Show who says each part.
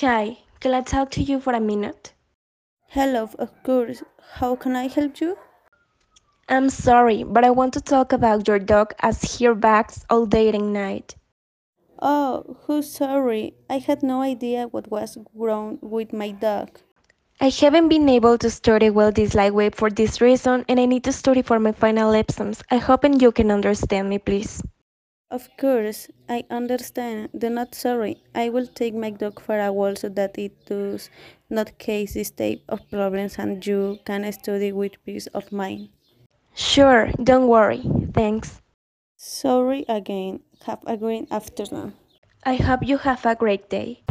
Speaker 1: Hi, can I talk to you for a minute?
Speaker 2: Hello, of course. How can I help you?
Speaker 1: I'm sorry, but I want to talk about your dog as he barks all day and night.
Speaker 2: Oh, who's sorry. I had no idea what was wrong with my dog.
Speaker 1: I haven't been able to study well this light wave for this reason, and I need to study for my final exams. I hope and you can understand me, please.
Speaker 2: Of course, I understand. Do not sorry. I will take my dog for a walk so that it does not case this type of problems and you can study with peace of mind.
Speaker 1: Sure, don't worry. Thanks.
Speaker 2: Sorry again. Have a great afternoon.
Speaker 1: I hope you have a great day.